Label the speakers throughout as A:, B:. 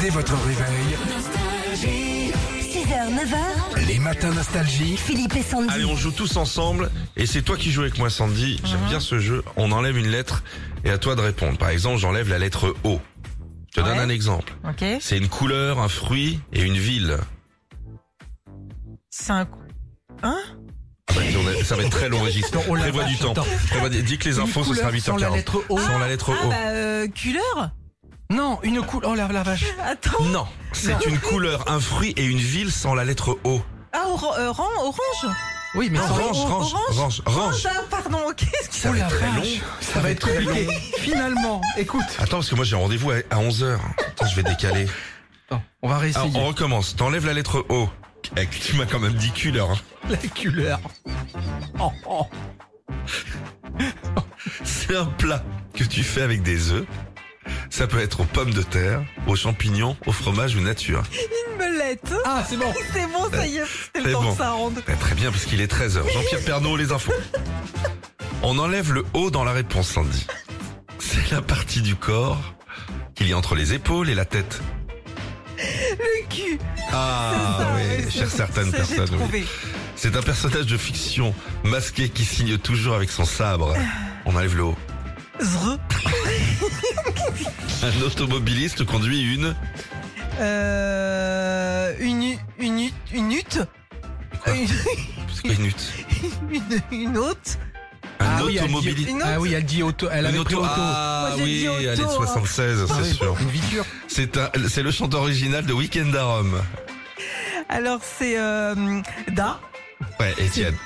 A: Dès votre réveil,
B: 6h, 9h,
A: les matins nostalgie.
B: Philippe et Sandy.
C: Allez, on joue tous ensemble et c'est toi qui joues avec moi Sandy. J'aime
A: Uh-huh.
C: bien ce jeu. On enlève une lettre et à toi de répondre. Par exemple, j'enlève la lettre O. Je te donne
D: Ouais.
C: un exemple.
D: Ok.
C: C'est une couleur, un fruit et une ville.
D: C'est un. Hein
C: Ah bah, on a- ça va être très long, Régis.
A: Non, on l'a
C: Prévois
A: pas,
C: du temps.
A: attends.
C: Prévois- dis que les infos, ce sera 8h40.
A: sans la lettre O.
C: Sans la lettre
D: Ah
C: O.
D: bah, euh, couleur
A: Non, une couleur. Oh la, la vache.
D: Attends.
C: Non, c'est une couleur, un fruit et une ville sans la lettre O.
D: Ah, or- euh, rang, orange
A: Oui, mais
C: Ah,
A: sans-
C: orange,
D: o-
C: orange,
D: orange,
C: orange, orange.
D: Ah, pardon, qu'est-ce que
C: Ça
A: Oh
C: va
A: la
C: être très long.
A: vache. Ça va être compliqué. Finalement, écoute.
C: Attends, parce que moi j'ai un rendez-vous à 11h. Attends, je vais décaler.
A: Attends, on va
C: Alors,
A: réessayer.
C: on recommence. T'enlèves la lettre O. Eh, Tu m'as quand même dit couleur. hein.
A: La couleur. Oh, oh.
C: C'est un plat que tu fais avec des œufs. Ça peut être aux pommes de terre, aux champignons, au fromage ou nature.
D: Une melette
A: Ah, c'est bon.
D: C'est bon, ça y est, c'est
C: Euh, C'est
D: le temps
C: bon.
D: que ça rende.
C: Eh, très bien, parce qu'il est 13h. Jean-Pierre Pernaud, les infos. On enlève le O dans la réponse, Sandy. C'est la partie du corps qu'il y a entre les épaules et la tête.
D: Le cul
C: Ah,
D: ça,
C: ouais,
D: ouais,
C: chez
D: c'est-
C: certaines
D: ça, j'ai
C: personnes. oui.
D: trouvé.
C: C'est un personnage de fiction masqué qui signe toujours avec son sabre. On enlève le O.
D: Zre.
C: Un automobiliste conduit une.
D: Euh, une, u- une, u- une hutte
C: Quoi
D: une,
C: C'est quoi une hutte
D: une, une hôte
C: Un
A: Ah oui, elle dit-
C: automobiliste.
D: Une hôte
A: Ah oui, elle dit auto. Elle avait
C: Une
A: pris
C: auto.
A: auto.
C: Ah
D: Moi, j'ai
C: oui,
D: dit auto,
C: elle est de
D: hein.
C: 76,
A: Ah
C: c'est
A: oui,
C: sûr.
A: Une viture.
C: C'est un, c'est le chant original de Weekend à Rome.
D: Alors c'est euh, Da.
C: Ouais, Étienne.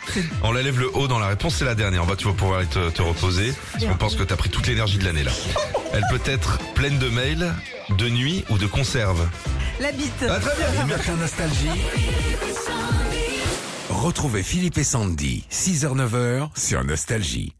C: On la lève le haut dans la réponse, c'est la dernière. On va, tu vas pouvoir aller te, te reposer. Parce qu'on pense que t'as pris toute l'énergie de l'année, là. Elle peut être pleine de mails, de nuit ou de conserve.
D: La bite.
C: Ah, très bien.
A: Les matins nostalgie.
E: Retrouvez Philippe et Sandy, 6h-9h sur Nostalgie.